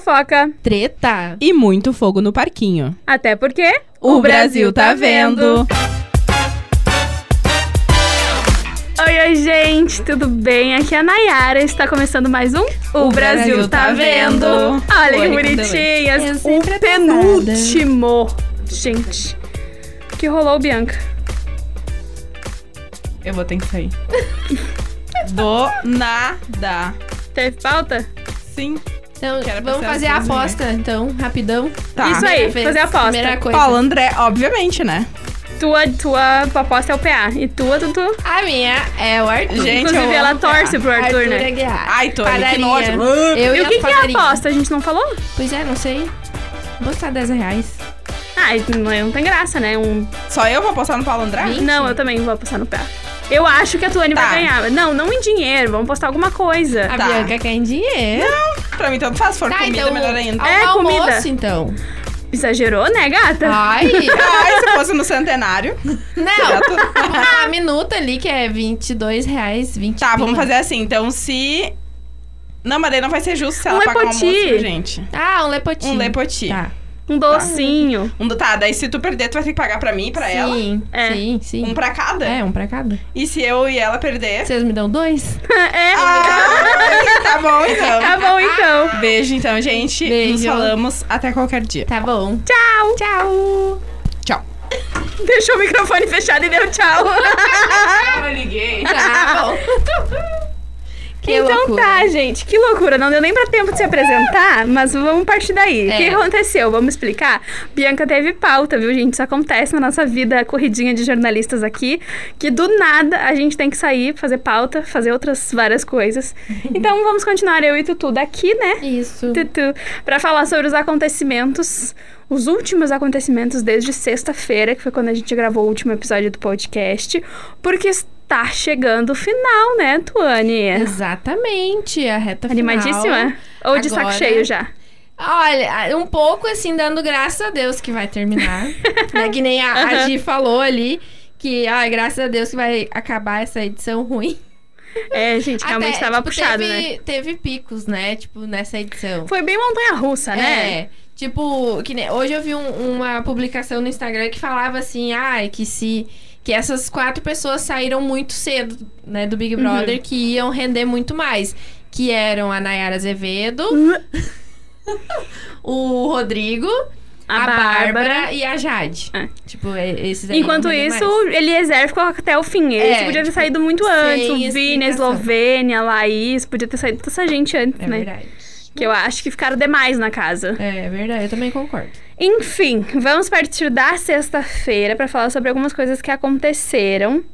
fofoca, Treta. E muito fogo no parquinho. até porque O Brasil tá vendo. Oi, oi, gente, tudo bem? Aqui é a Nayara, está começando mais um O, Brasil Tá Vendo. Olha que Olha que bonitinhas, Eu o sempre atrasada. penúltimo. Gente, o que rolou, Bianca? Eu vou ter que sair. Do nada. Teve pauta? Sim. Então, Que era pra vamos ser fazer às a duas da manhã. aposta, então, rapidão. Tá. Isso aí, Primeira vez, fazer a aposta. Primeira coisa. Paulo André, obviamente, né? Tua, tua proposta é o PA, e tua, tu, tu. A minha é o Arthur. Gente, Inclusive, eu ela amo torce PA. pro Arthur, Arthur né? Aguiar. Ai, Tony, que Padarinha. nojo. Eu E e, o que, que é as a padarinhas. aposta? A gente não falou? Pois é, não sei. Vou botar 10 reais. Ah, e não, não tem graça, né? Um Só eu vou apostar no Paulo André? Vinte. Não, eu também vou apostar no pé. Eu acho que a Tuane Tá. vai ganhar. Não, não em dinheiro. Vamos postar alguma coisa. A Tá. Bianca quer em dinheiro. Pra mim, tanto faz. Se for tá, comida, então. melhor ainda. ao É, almoço, comida. então. Exagerou, né, gata? Ai. Ai, se fosse no centenário. não. já tô- A minuta ali, que é 22 reais, 20 Tá, vamos pila. fazer assim. Então, se. Não, mas daí não vai ser justo se ela Um pagar um almoço lepoti. pra gente. Ah, um lepotinho. Um lepoti. Tá. Um docinho. Um do- Tá, daí se tu perder, tu vai ter que pagar pra mim e pra sim, ela. É. Sim, sim. Um pra cada. É, um pra cada. E se eu e ela perder. Vocês me dão dois? é, Ah, tá bom então. tá bom então. Beijo então, gente. Beijo. Nos falamos até qualquer dia. Tá bom. Tchau. Tchau. Tchau. Deixou o microfone fechado e deu tchau. Eu liguei. Tá bom. que então loucura. tá, gente. Que loucura. Não deu nem pra tempo de se apresentar, mas vamos partir daí. O É. que aconteceu? Vamos explicar? Bianca teve pauta, viu, gente? Isso acontece na nossa vida corridinha de jornalistas aqui, que do nada a gente tem que sair, fazer pauta, fazer outras várias coisas. Então vamos continuar eu e Tutu daqui, né? Isso. Tutu, pra falar sobre os acontecimentos, os últimos acontecimentos desde sexta-feira, que foi quando a gente gravou o último episódio do podcast, porque está chegando o final, né, Tuane? Exatamente. A reta final. Animadíssima? Ou de saco Agora- cheio já? Olha, um pouco assim, dando graças a Deus que vai terminar. né? Que nem a, a Gi falou ali. Que, ai, graças a Deus que vai acabar essa edição ruim. É, gente, realmente Até, tava tipo, puxado, né? teve, Teve picos, né? Tipo, nessa edição. Foi bem montanha-russa, né? É. Tipo, que nem- hoje eu vi um- uma publicação no Instagram que falava assim, ah, que se que essas quatro pessoas saíram muito cedo, né, do Big Brother, que iam render muito mais, que eram a Nayara Azevedo, o Rodrigo, a, Bárbara, e a Jade. É. Tipo, e- esses aí Enquanto iam render isso, mais. Eliezer ficou até o fim. Ele É, podia ter tipo, saído muito sem antes. O Vini, a explicação. Eslovênia, a Laís, podia ter saído toda essa gente antes, é né? verdade. Que eu acho que ficaram demais na casa. É verdade, eu também concordo. Enfim, vamos partir da sexta-feira pra falar sobre algumas coisas que aconteceram.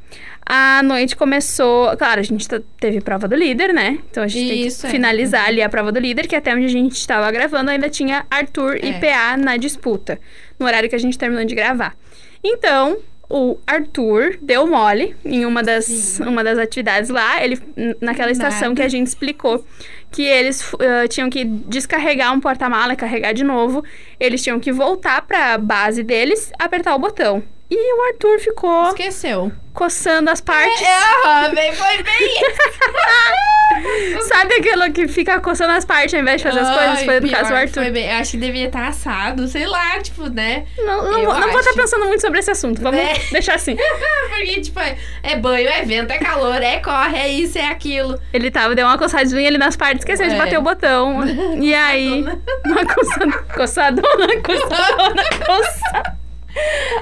A noite começou. Claro, a gente tá- teve prova do líder, né? Então a gente Isso, tem que é. finalizar ali a prova do líder, que até onde a gente estava gravando ainda tinha Arthur e É. PA na disputa, no horário que a gente terminou de gravar. Então, o Arthur deu mole em uma das, uma das atividades lá, ele n- naquela estação que a gente explicou que eles fu- eh, tinham que descarregar um porta-mala, carregar de novo, eles tinham que voltar pra base deles, apertar o botão. E o Arthur ficou Esqueceu. coçando as partes. É, Aham, bem, foi bem. Sabe aquilo que fica coçando as partes ao invés de fazer as coisas? é. Ai, Foi do pior, caso do Arthur. foi bem- eu acho que devia estar assado, sei lá, tipo, né? Não, não, Eu vou- não vou estar acho. pensando muito sobre esse assunto. Vamos Né? deixar assim. Porque, tipo, é é banho, é vento, é calor, é corre, é isso, é aquilo. Ele tava, deu uma coçadinha ali nas partes, esqueceu de É. bater o botão. E aí. Uma coçadona, coçadona, coçadona, coçadona.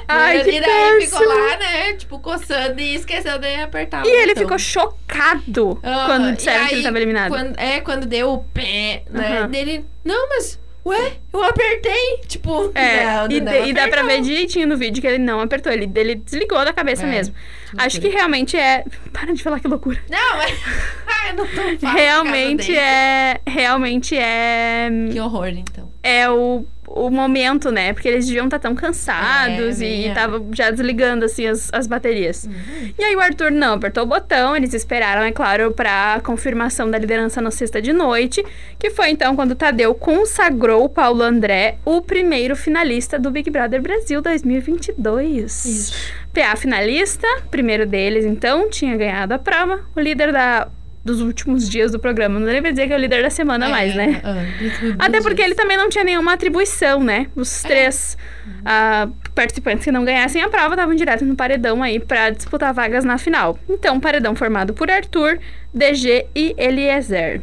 Ai, que e daí ficou péssimo. lá, né? Tipo, coçando e esqueceu de apertar o E ele botão. ficou chocado Aham, quando disseram Ah, e que ele aí, tava eliminado. Quando, é, quando deu o pé, né? Aham. Dele, não, mas, ué, eu apertei. Tipo, É, não, e, não de- e dá pra apertou. ver direitinho no vídeo que ele não apertou, ele, ele desligou da cabeça É, mesmo. Acho que realmente é. Para de falar que loucura. Não, é. Ai, eu não tô fácil por causa realmente dele. é. Realmente é. Que horror, então. É o, o momento, né? Porque eles deviam estar tão cansados É, e bem, é. estavam já desligando, assim, as, as baterias. E aí o Arthur não apertou o botão, eles esperaram, é claro, pra confirmação da liderança na sexta de noite, que foi então quando o Tadeu consagrou o Paulo André o primeiro finalista do Big Brother Brasil 2022. PA finalista, primeiro deles, então, tinha ganhado a prova. O líder da dos últimos dias do programa. Não deve dizer que é o líder da semana mais, né? é, Até porque ele também não tinha nenhuma atribuição, né? É. Os três Uhum. ah, participantes que não ganhassem a prova estavam direto no paredão aí pra disputar vagas na final. Então, paredão formado por Arthur, DG e Eliezer.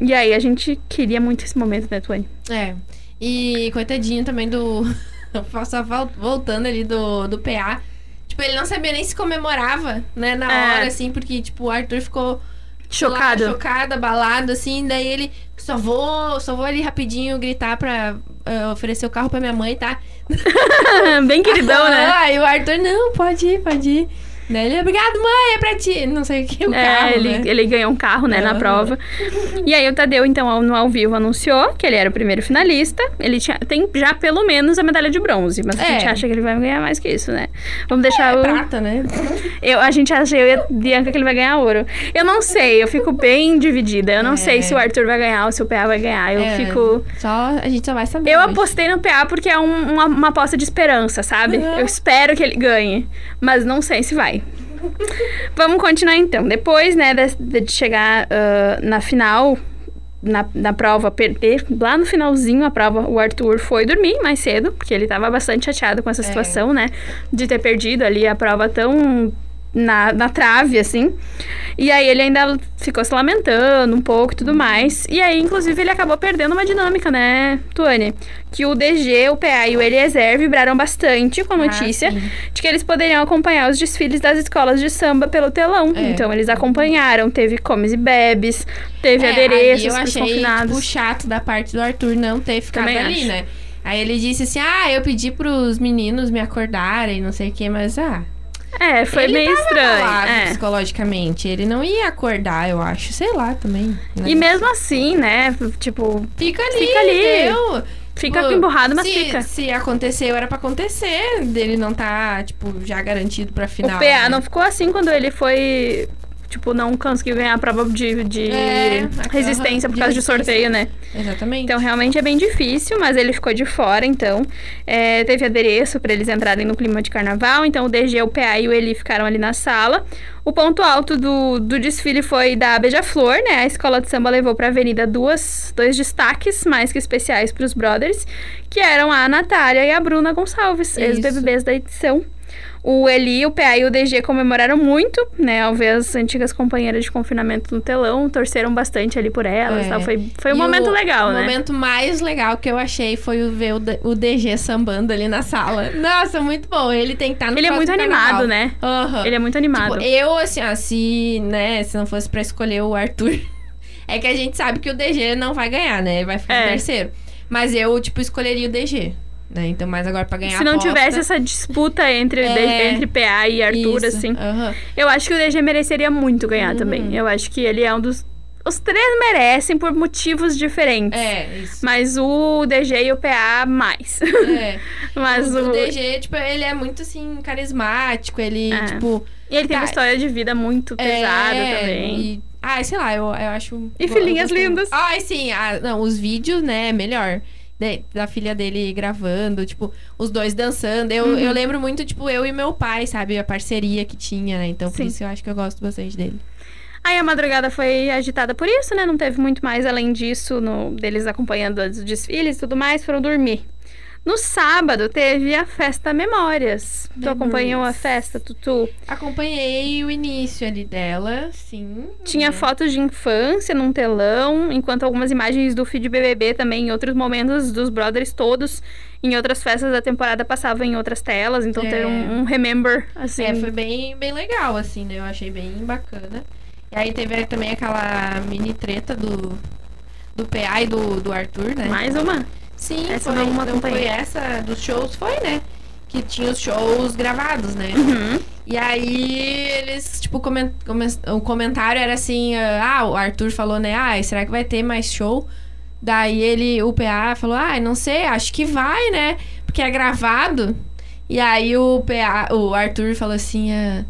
E aí, a gente queria muito esse momento, né, Tuane? É. E coitadinho também do. Só vol- voltando ali do, do PA. Tipo, ele não sabia nem se comemorava, né? Na É. hora, assim, porque, tipo, o Arthur ficou Chocado. lá, chocado, abalado, assim. Daí ele só vou, só vou ali rapidinho gritar pra eh, oferecer o carro pra minha mãe, tá? Bem queridão, né? Ah, e o Arthur, não, pode ir, pode ir. Daí ele, obrigado, mãe, é pra ti. Não sei o que, o É, carro, ele, né? ele ganhou um carro, né, na Aham. prova. E aí o Tadeu, então, ao- no ao vivo, anunciou que ele era o primeiro finalista. Ele tinha, tem já pelo menos a medalha de bronze, mas a É. gente acha que ele vai ganhar mais que isso, né? Vamos deixar É o. prata, né? Eu, a gente acha, eu e a Bianca, que ele vai ganhar ouro. Eu não sei, eu fico bem dividida. Eu não É. sei se o Arthur vai ganhar ou se o PA vai ganhar. Eu É. fico. Só, a gente só vai saber. Eu hoje. apostei no PA porque é um- uma, uma aposta de esperança, sabe? Uhum. Eu espero que ele ganhe, mas não sei se vai. Vamos continuar então. Depois, né, de, de chegar ah, na final, na, na prova, perder lá no finalzinho a prova, o Arthur foi dormir mais cedo, porque ele tava bastante chateado com essa É. situação, né? De ter perdido ali a prova tão na, na trave, assim. E aí ele ainda ficou se lamentando um pouco e Uhum. tudo mais. E aí, inclusive, ele acabou perdendo uma dinâmica, né, Tuane? Que o DG, o PA e o Eliezer vibraram bastante com a Ah, notícia sim. de que eles poderiam acompanhar os desfiles das escolas de samba pelo telão. É. Então eles acompanharam, teve comes e bebes, teve É, adereços ali eu pros achei confinados. tipo, chato da parte do Arthur não ter ficado Também ali, acho. né? Aí ele disse assim: ah, eu pedi pros meninos me acordarem, não sei o que, mas ah. É, foi ele meio tava né? estranho. abalado é. psicologicamente. Ele não ia acordar, eu acho. Sei lá também. né? E mesmo assim, né? Tipo, Fica ali, Fica ali. entendeu? fica Tipo, emburrado, mas se, fica. Se aconteceu, era pra acontecer. Dele não tá, tipo, já garantido pra O final. PA né? não ficou assim quando ele foi. Tipo, não conseguiu ganhar a prova de, de É, aquela resistência por de causa de resistência. sorteio, né? Exatamente. Então realmente é bem difícil, mas ele ficou de fora, então. É, teve adereço para eles entrarem no clima de carnaval, então o DG, o PA e o Eli ficaram ali na sala. O ponto alto do, do desfile foi da Beija-Flor, né? A escola de samba levou para a avenida duas, dois destaques mais que especiais para os brothers, que eram a Natália e a Bruna Gonçalves, Isso. ex-BBBs da edição. O Eli, o PA e o DG comemoraram muito, né? Ao ver as antigas companheiras de confinamento no telão, torceram bastante ali por elas. É. Tal. Foi, foi um E momento o- legal, O né? momento mais legal que eu achei foi o ver o, D- o DG sambando ali na sala. Nossa, muito bom. Ele tem que estar no Ele é muito animado, né? Aham. Ele é muito animado. Tipo, eu, assim, ó, se, né, se não fosse pra escolher o Arthur, é que a gente sabe que o DG não vai ganhar, né? Ele vai ficar É. em terceiro. Mas eu, tipo, escolheria o DG, né? Então, mas agora pra ganhar Se não aposta, tivesse essa disputa entre, É. de- entre PA e Arthur, isso. Uhum. assim, Aham. eu acho que o DG mereceria muito ganhar também. Eu acho que ele é um dos. Os três merecem por motivos diferentes. É, isso. Mas o DG e o PA mais. É. Mas o, o. o DG, tipo, ele é muito, assim, carismático. Ele, É. tipo... E ele tem uma tá. história de vida muito pesada É, também. E, ai, sei lá, eu, eu acho. E go- filhinhas gostei. lindas. Ai, sim, ah, não, os vídeos, né, é melhor. De- da filha dele gravando, tipo, os dois dançando. Eu, eu Uhum. lembro muito, tipo, eu e meu pai, sabe? A parceria que tinha, né? Então, por Sim. isso eu acho que eu gosto bastante dele. Aí a madrugada foi agitada por isso, né? Não teve muito mais além disso, no- deles acompanhando os desfiles e tudo mais, foram dormir. No sábado teve a festa Memórias. Tu Memórias. acompanhou a festa, Tutu? Acompanhei o início ali dela, sim. Tinha né? fotos de infância num telão, enquanto algumas imagens do feed BBB também, em outros momentos dos brothers todos, em outras festas da temporada passavam em outras telas, então É. teve um, um remember, assim. É, foi bem, bem legal, assim, né? Eu achei bem bacana. E aí teve também aquela mini treta do, do PA e do, do Arthur, né? Mais uma. Sim, Essa foi, eu não não acompanhei. foi essa dos shows, foi, né? Que tinha os shows gravados, né? Uhum. E aí eles, tipo, comen- come- o comentário era assim, ah, ah, o Arthur falou, né? Ah, será que vai ter mais show? Daí ele, o PA falou, ah, não sei, acho que vai, né? Porque é gravado. E aí o PA, o Arthur falou assim, ah,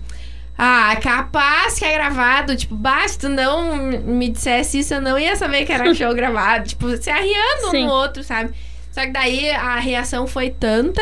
ah, capaz que é gravado, tipo, basta não me dissesse isso, eu não ia saber que era show gravado, tipo, se arriando um Sim. no outro, sabe? Só que daí a reação foi tanta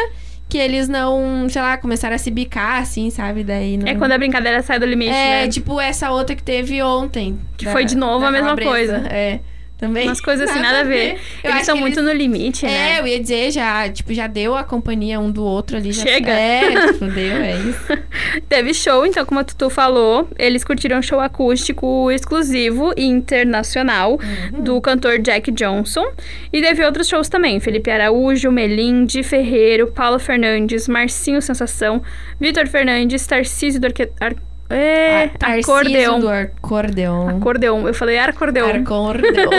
que eles não, sei lá, começaram a se bicar, assim, sabe? Daí não... É quando a brincadeira sai do limite, É, né? tipo essa outra que teve ontem. Que foi de novo da a mesma calabresa. coisa. É. Também. Umas coisas assim, nada a ver. Eu eles acho são que muito no limite, né? É, eu ia dizer, já, tipo, já deu a companhia um do outro ali. Já... Chega. É, tipo, deu, é isso. Teve show, então, como a Tutu falou, eles curtiram show acústico exclusivo e internacional Uhum. do cantor Jack Johnson. E teve outros shows também: Felipe Araújo, Melinde, Ferreiro, Paulo Fernandes, Marcinho Sensação, Vitor Fernandes, Tarcísio do Arque... Ar... É, Ah, Tarcísio Acordeon. do acordeon. Acordeon, eu falei acordeon. Acordeon.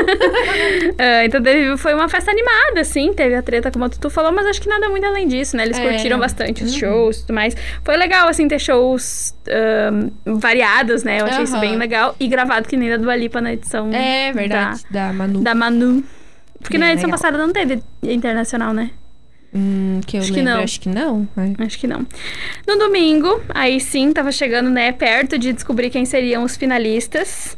Ah, então teve, foi uma festa animada, assim. Teve a treta, como a Tutu falou, mas acho que nada muito além disso, né? Eles É. curtiram bastante os shows e tudo mais. Foi legal, assim, ter shows ahm, variados, né? Eu achei isso Aham. bem legal. E gravado que nem da Dua Lipa na edição É verdade, da, Manu. Tá. da Manu. Porque na Bem edição legal. passada não teve internacional, né? Hum, que eu Acho que lembro, não. acho que não. É. Acho que não. No domingo, aí sim, tava chegando, né, perto de descobrir quem seriam os finalistas.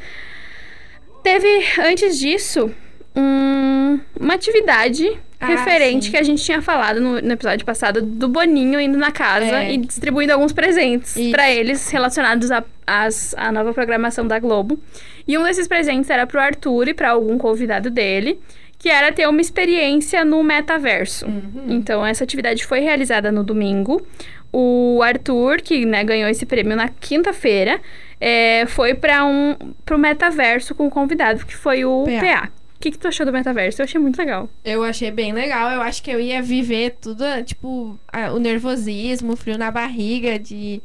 Teve, antes disso, um- uma atividade Ah, referente sim. que a gente tinha falado no, no episódio passado do Boninho indo na casa É. e distribuindo alguns presentes Isso. pra eles relacionados à à- à nova programação da Globo. E um desses presentes era pro Arthur e pra algum convidado dele, que era ter uma experiência no metaverso. Então, essa atividade foi realizada no domingo. O Arthur, que né, ganhou esse prêmio na quinta-feira, eh, foi para um pro metaverso com o convidado, que foi o PA. PA. O que, que tu achou do metaverso? Eu achei muito legal. Eu achei bem legal. Eu acho que eu ia viver tudo, tipo, a- o nervosismo, o frio na barriga de,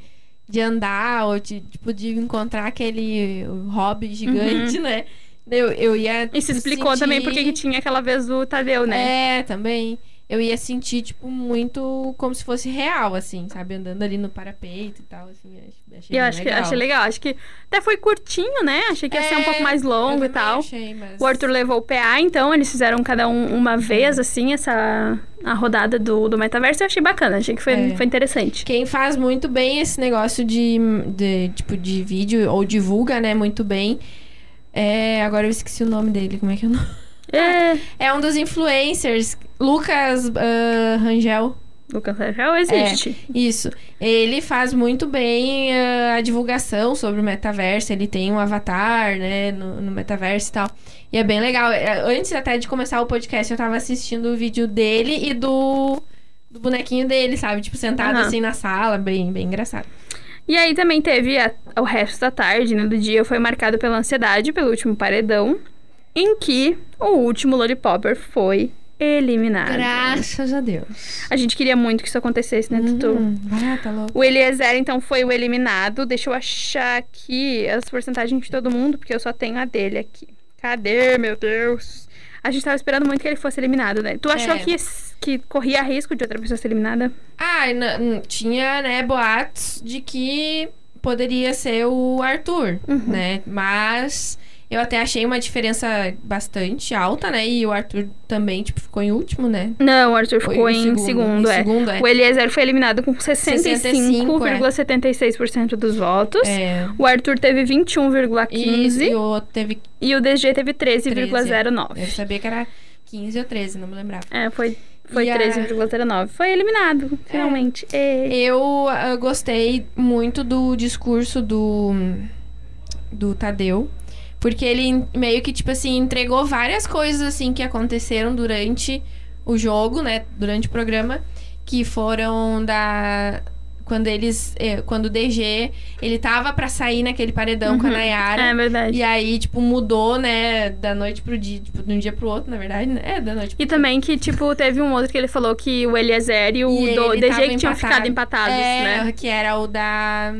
de andar ou de, tipo, de encontrar aquele hobby gigante, né? Eu, eu ia. Uhum. E se explicou sentir- também porque que tinha aquela vez do Tadeu, né? É, também. Eu ia sentir, tipo, muito como se fosse real, assim, sabe? Andando ali no parapeito e tal, assim. eu ach- Achei E eu bem acho que legal. achei legal. Acho que até foi curtinho, né? Achei que ia ser um É, pouco mais Eu longo e também tal. Achei, mas... O Arthur levou o PA, então eles fizeram cada um uma vez, assim, essa a rodada do, do metaverso. Eu achei bacana, achei que foi, É. foi interessante. Quem faz muito bem esse negócio de, de, tipo de vídeo ou divulga, né, muito bem. É, agora eu esqueci o nome dele, como é que é o nome? É, É um dos influencers, Lucas ah, Rangel. o câncer real existe. Isso. Ele faz muito bem ah, a divulgação sobre o metaverso. Ele tem um avatar, né, no, no metaverso e tal. E é bem legal. É, Antes até de começar o podcast, eu tava assistindo o vídeo dele e do, do bonequinho dele, sabe? Tipo, sentado Aham. assim na sala. Bem, bem engraçado. É. E aí também teve a- o resto da tarde, né, do dia, foi marcado pela ansiedade, pelo último paredão, em que o último Lollipopper foi eliminado. Graças a Deus. A gente queria muito que isso acontecesse, né, Tutu? Hum, ah, tá louco. O Eliezer, então, foi o eliminado. Deixa eu achar aqui as porcentagens de todo mundo, porque eu só tenho a dele aqui. Cadê, meu Deus? A gente tava esperando muito que ele fosse eliminado, né? Tu achou É. que, s- que corria risco de outra pessoa ser eliminada? Ah, e na- n- tinha, né, boatos de que poderia ser o Arthur, né? Mas eu até achei uma diferença bastante alta, né? E o Arthur também, tipo, ficou em último, né? Não, o Arthur Foi ficou em segundo, em é. segundo, é. O Eliezer foi eliminado com 65, 65,76% dos votos. É. O Arthur teve E, 21,15% e o outro teve... e o DG teve Eu 13,09%. sabia que era 15 ou 13, não me lembrava. É, foi, foi E a- 13,09%. Foi eliminado, finalmente. É. Eu ah, gostei muito do discurso do, do Tadeu. Porque ele meio que, tipo assim, entregou várias coisas, assim, que aconteceram durante o jogo, né? Durante o programa. Que foram da... Quando eles... eh, Quando o DG... Ele tava pra sair naquele paredão com a Nayara. É verdade. E aí, tipo, mudou, né? Da noite pro dia... Tipo, de um dia pro outro, na verdade, né? É, da noite pro E também que, tipo, teve um outro que ele falou que o Eliezer e o E do- ele DG tava que tinham empatado. ficado empatados, é, né? que era o da...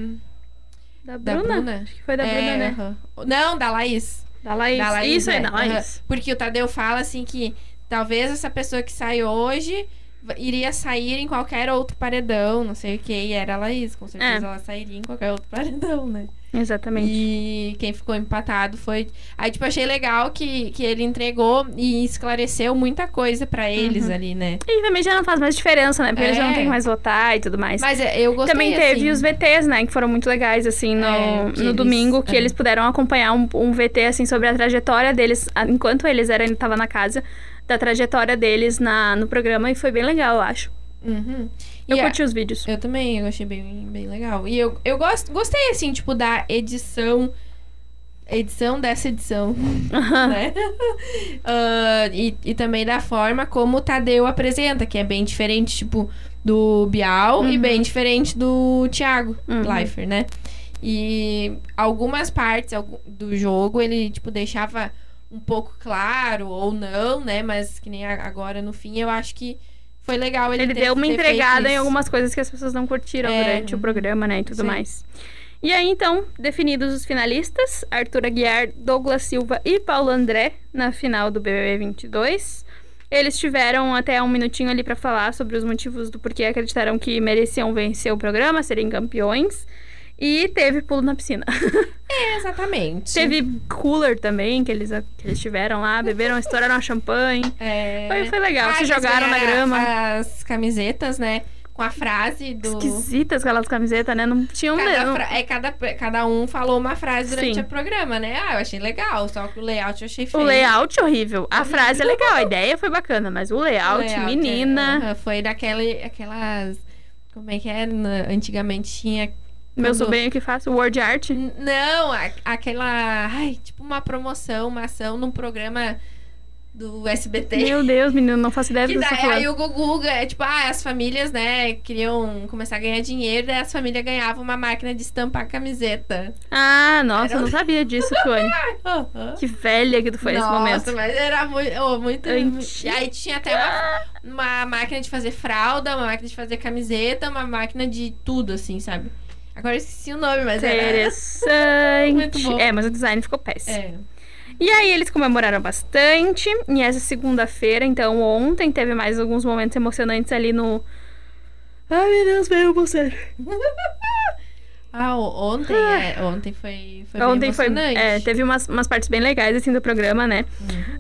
Da Bruna. Acho que foi da É, Bruna, né? aham. Não, da Laís. Da Laís. Da Laís, Isso aí, é. da Laís. Aham. Porque o Tadeu fala assim que talvez essa pessoa que sai hoje v- iria sair em qualquer outro paredão, não sei o que, e era a Laís, com certeza ela sairia em qualquer outro paredão, né? É. Exatamente. E quem ficou empatado foi. Aí, tipo, achei legal que, que ele entregou e esclareceu muita coisa pra eles Uhum. ali, né? E também já não faz mais diferença, né? Porque eles já não É. tem que mais votar e tudo mais. Mas é, eu gostei. Também teve assim. os VTs, né? Que foram muito legais, assim, no, É, que no eles- domingo, que é. eles puderam acompanhar um, um VT, assim, sobre a trajetória deles, a- enquanto eles eram, estavam na casa, da trajetória deles na, no programa, e foi bem legal, eu acho. Uhum. E Eu a- curti os vídeos. eu também, eu achei bem, bem legal. E eu, eu gost, gostei, assim, tipo, da edição. Edição dessa edição, né? Ah, e, e também da forma como o Tadeu apresenta, que é bem diferente, tipo, do Bial e bem diferente do Thiago Uhum. Leifert, né? E algumas partes algu- do jogo ele, tipo, deixava um pouco claro ou não, né? Mas que nem a- agora no fim, eu acho que foi legal ele Ele ter- deu uma ter feito entregada em isso. algumas coisas que as pessoas não curtiram É. durante o programa, né? E tudo Sim. mais. E aí, então, definidos os finalistas, Arthur Aguiar, Douglas Silva e Paulo André na final do BBB 22. Eles tiveram até um minutinho ali pra falar sobre os motivos do porquê acreditaram que mereciam vencer o programa, serem campeões. E teve pulo na piscina. Exatamente. Teve cooler também, que eles, que eles tiveram lá, beberam, estouraram a champanhe. É... Foi, foi legal, Ah, se eles jogaram na ganharam Ah, grama. As camisetas, né? Com a frase do. Esquisitas aquelas camisetas, né? Não tinha um... Cada, não- fra- é, cada, cada um falou uma frase durante Sim. o programa, né? Ah, eu achei legal, só que o layout eu achei O feio. layout é horrível. A frase é legal, a ideia foi bacana, mas o O layout, layout, menina. é, aham, foi daquele, aquelas. Como é que é? Na- Antigamente tinha. Meu Quando- sobrinho que faz, o word art. N- Não, a- aquela. Ai, tipo uma promoção, uma ação num programa do SBT. Meu Deus, menino, não faço ideia do Que que você tá daí, aí falando. o Gugu, é tipo, ah, as famílias, né, queriam começar a ganhar dinheiro, daí as famílias ganhavam uma máquina de estampar camiseta. Ah, nossa, eu Era não sabia disso, Tuane. Que velha que tu foi nesse Nossa, momento. mas era muito. oh, muito Antiga. e aí tinha até uma, uma máquina de fazer fralda, uma máquina de fazer camiseta, uma máquina de tudo, assim, sabe? Agora eu esqueci o nome, mas era. Interessante. Muito bom. É, mas o design ficou péssimo. É. E aí eles comemoraram bastante. E essa segunda-feira, então ontem, teve mais alguns momentos emocionantes ali no. Ai, meu Deus, veio você. Ah, o- ontem, é, ontem foi, foi bem Ontem foi. emocionante. É, teve umas, umas partes bem legais assim do programa, né?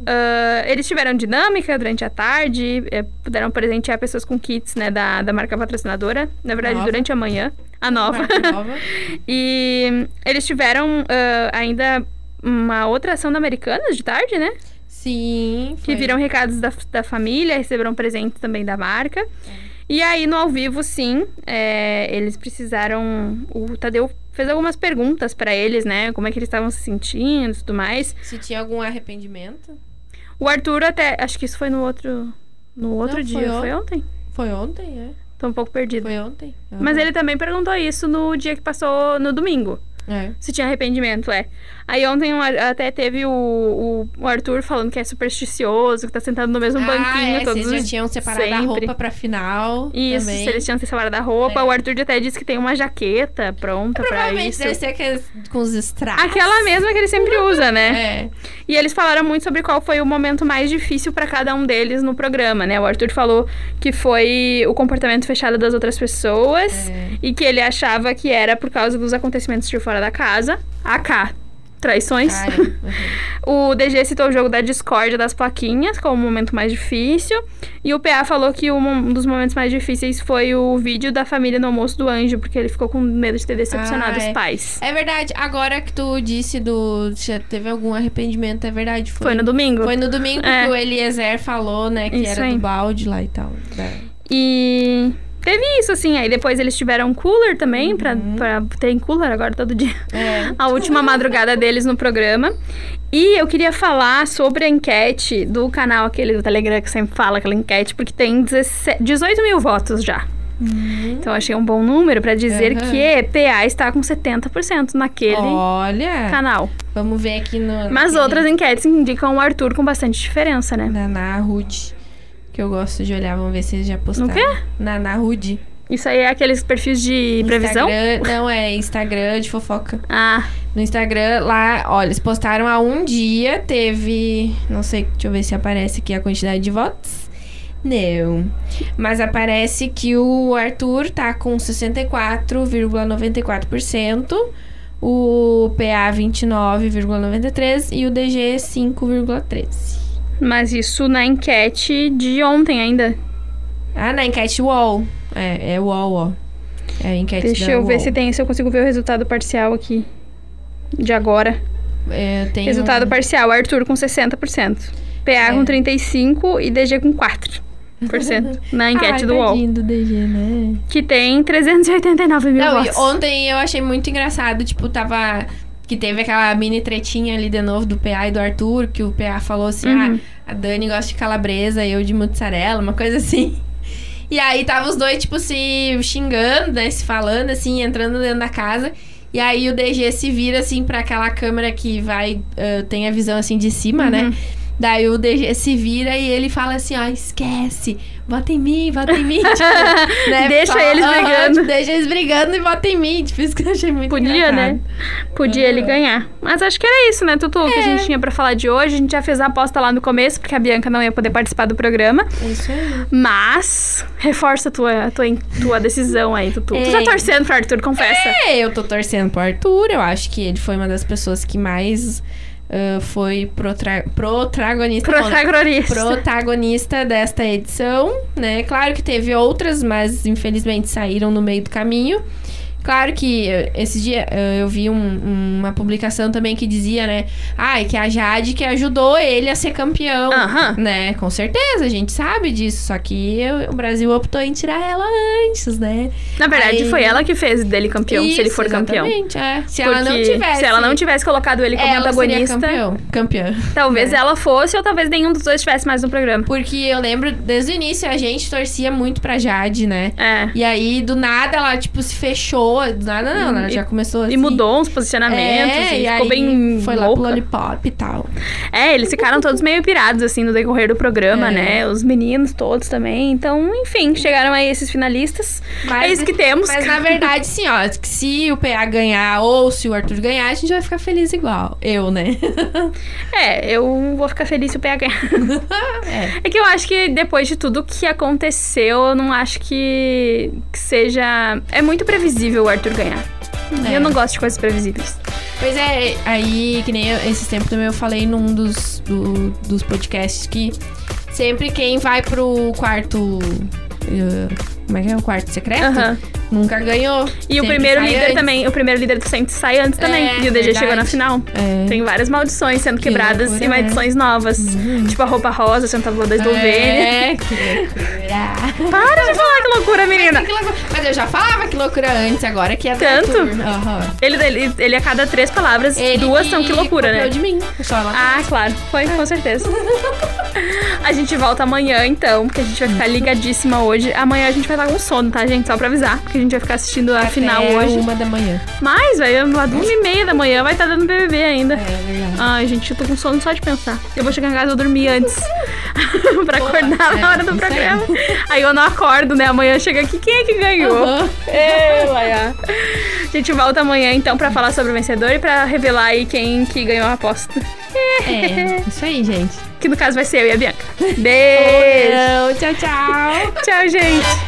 Ah, eles tiveram dinâmica durante a tarde, eh, puderam presentear pessoas com kits, né, da, da marca patrocinadora. Na verdade, Nova. durante a manhã, a nova. Marca nova. e eles tiveram ah, ainda uma outra ação da Americanas de tarde, né? Sim. Que foi. viram recados da, da família, receberam presente também da marca. É. E aí, no ao vivo, sim, é, eles precisaram. O Tadeu fez algumas perguntas pra eles, né? Como é que eles estavam se sentindo e tudo mais. Se tinha algum arrependimento? O Arthur até. Acho que isso foi no outro. No outro foi dia. Foi, ontem. ontem? Foi ontem, é? Tô um pouco perdido. Foi ontem. Aham. Mas ele também perguntou isso no dia que passou no domingo. É. Se tinha arrependimento, é. Aí ontem o Ar- até teve o, o, o Arthur falando que é supersticioso, que tá sentado no mesmo ah, banquinho é, todos vocês os já tinham separado a sempre. roupa pra final. Isso, também. se eles tinham se separado da roupa. É. O Arthur até disse que tem uma jaqueta pronta pra Provavelmente isso. deve ser aqueles com os straps. Aquela né? mesma que ele sempre usa, né? É. E eles falaram muito sobre qual foi o momento mais difícil pra cada um deles no programa, né? O Arthur falou que foi o comportamento fechado das outras pessoas É. e que ele achava que era por causa dos acontecimentos de fora da casa. AK, traições. Cara, uhum. O DG citou o jogo da discórdia das plaquinhas como o momento mais difícil. E o PA falou que um um dos momentos mais difíceis foi o vídeo da família no almoço do anjo, porque ele ficou com medo de ter decepcionado Ah, os é. pais. É verdade, agora que tu disse do. Já teve algum arrependimento, é verdade. Foi, Foi no domingo. Foi no domingo É. que o Eliezer falou, né? Que Isso era aí. do balde lá e tal. da- E teve isso, assim. Aí depois eles tiveram cooler também, pra, pra ter cooler agora todo dia. É. A última madrugada deles no programa. E eu queria falar sobre a enquete do canal, aquele do Telegram que sempre fala aquela enquete, porque tem 17 18 mil votos já. Então achei um bom número pra dizer Aham. que PA está com 70% naquele Olha, canal. vamos ver aqui no. Mas naquele- outras enquetes indicam o Arthur com bastante diferença, né? Na Naná Rude. Que eu gosto de olhar, vamos ver se eles já postaram. quê? Naná Rude. Isso aí é aqueles perfis de previsão? Instagram- Não, é Instagram de fofoca. Ah, No Instagram, lá, olha, eles postaram há um dia, teve. Não sei, deixa eu ver se aparece aqui a quantidade de votos. Não. Mas aparece que o Arthur tá com 64,94%, o PA 29,93% e o DG 5,13%. mas isso na enquete de ontem ainda. Ah, na enquete UOL. É, é UOL, ó. É a enquete Deixa da eu UOL. ver se tem, se eu consigo ver o resultado parcial aqui. De agora. É, tem Resultado parcial, Arthur com 60%, PA É. com 35% e DG com 4%. na enquete Ai, do UOL. tadinho Ah, do DG, né? Que tem 389 mil Não, e votos. ontem eu achei muito engraçado, tipo, tava. Que teve aquela mini tretinha ali de novo do PA e do Arthur, que o PA falou assim: Uhum. ah, a Dani gosta de calabresa, eu de mozzarella, uma coisa assim. E aí tava os dois, tipo, se xingando, né? Se falando, assim, entrando dentro da casa. E aí o DG se vira, assim, pra aquela câmera que vai. ah, tem a visão, assim, de cima, Uhum. né? Daí o DG se vira e ele fala assim: ó, esquece, bota em mim, bota em mim. tipo, né? Deixa eles aham, brigando. tipo, deixa eles brigando e bota em mim. Tipo, isso que eu achei muito Podia, né? Podia Uhum. ele ganhar. Mas acho que era isso, né, Tutu? É. O que a gente tinha pra falar de hoje. A gente já fez a aposta lá no começo, porque a Bianca não ia poder participar do programa. É Isso aí. Mas, reforça a tua, a tua, tua decisão aí, Tutu. Tu tá É. torcendo pro Arthur, confessa. É, eu tô torcendo pro Arthur. Eu acho que ele foi uma das pessoas que mais ah, foi protra protagonista. não, né? Protagonista. protagonista desta edição, né? Claro que teve outras, mas infelizmente saíram no meio do caminho. Claro que eh, esse dia eh, eu vi um- uma publicação também que dizia, né? Ai, que a Jade que ajudou ele a ser campeão. Aham. Né, com certeza, a gente sabe disso. Só que eu- o Brasil optou em tirar ela antes, né? Na verdade, Aí- foi ela que fez dele campeão, se ele for campeão. campeão. É. Se ela não Porque tivesse. É, Se ela não tivesse colocado ele como ela seria protagonista, campeão. Campeã. É. talvez ela fosse, ou talvez nenhum dos dois estivesse mais no programa. Porque eu lembro, desde o início, a gente torcia muito pra Jade, né? É. E aí, do nada, ela, tipo, se fechou. Do nada, não, ela Hum, E- já começou assim. E mudou uns posicionamentos, É, e, e ficou aí bem Foi lá louca. pro Lollipop e tal. É, eles ficaram todos meio pirados, assim, no decorrer do programa, É. né? Os meninos todos também. Então, enfim, chegaram aí esses finalistas. é isso que temos. Mas na verdade, sim, ó. que Se o PA ganhar ou se o Arthur ganhar, a gente vai ficar feliz igual. Eu, né? É, eu vou ficar feliz se o PA ganhar. É. É que eu acho que depois de tudo que aconteceu, eu não acho que, que seja. É muito previsível o Arthur ganhar. E É. Eu não gosto de coisas previsíveis. Pois é, aí, que nem eu- esses tempos também eu falei num dos, do- dos podcasts que sempre quem vai pro quarto. eh, como é que é? O quarto secreto? Aham. Nunca ganhou. E o Sempre primeiro sai líder antes. também. O primeiro líder sempre sai antes também. É, e o DG chegou na verdade. final. É. Tem várias maldições sendo Que quebradas loucura, né? Uhum. e maldições novas. Tipo a roupa rosa, sentado da Eslovênia. É, que loucura. Para de falar que loucura, menina! Que loucura. Mas eu já falava que loucura antes, agora que é do Tanto? Arthur. Aham. Ele, ele, ele a cada três palavras, Ele duas são que loucura, copiou né? de mim. Só lá. Ah, claro, foi, com certeza. a gente volta amanhã, então, porque a gente vai ficar ligadíssima hoje. Amanhã a gente vai estar com sono, tá, gente? Só pra avisar, porque a gente vai ficar assistindo a Até final Ah, hoje. uma da manhã. Mas, velho, às uma e meia da manhã vai estar dando BBB ainda. É, verdade. Ai, gente, eu tô com sono só de pensar. Eu vou chegar em casa e vou dormir antes. pra acordar é, na hora do isso aí. programa. Aí eu não acordo, né? Amanhã chega aqui, quem é que ganhou? Ei, Laia. A gente volta amanhã, então, pra falar sobre o vencedor e pra revelar aí quem que ganhou a aposta. É, isso aí, gente. Que no caso vai ser eu e a Bianca. Beijo! Então, tchau, tchau. Tchau, gente!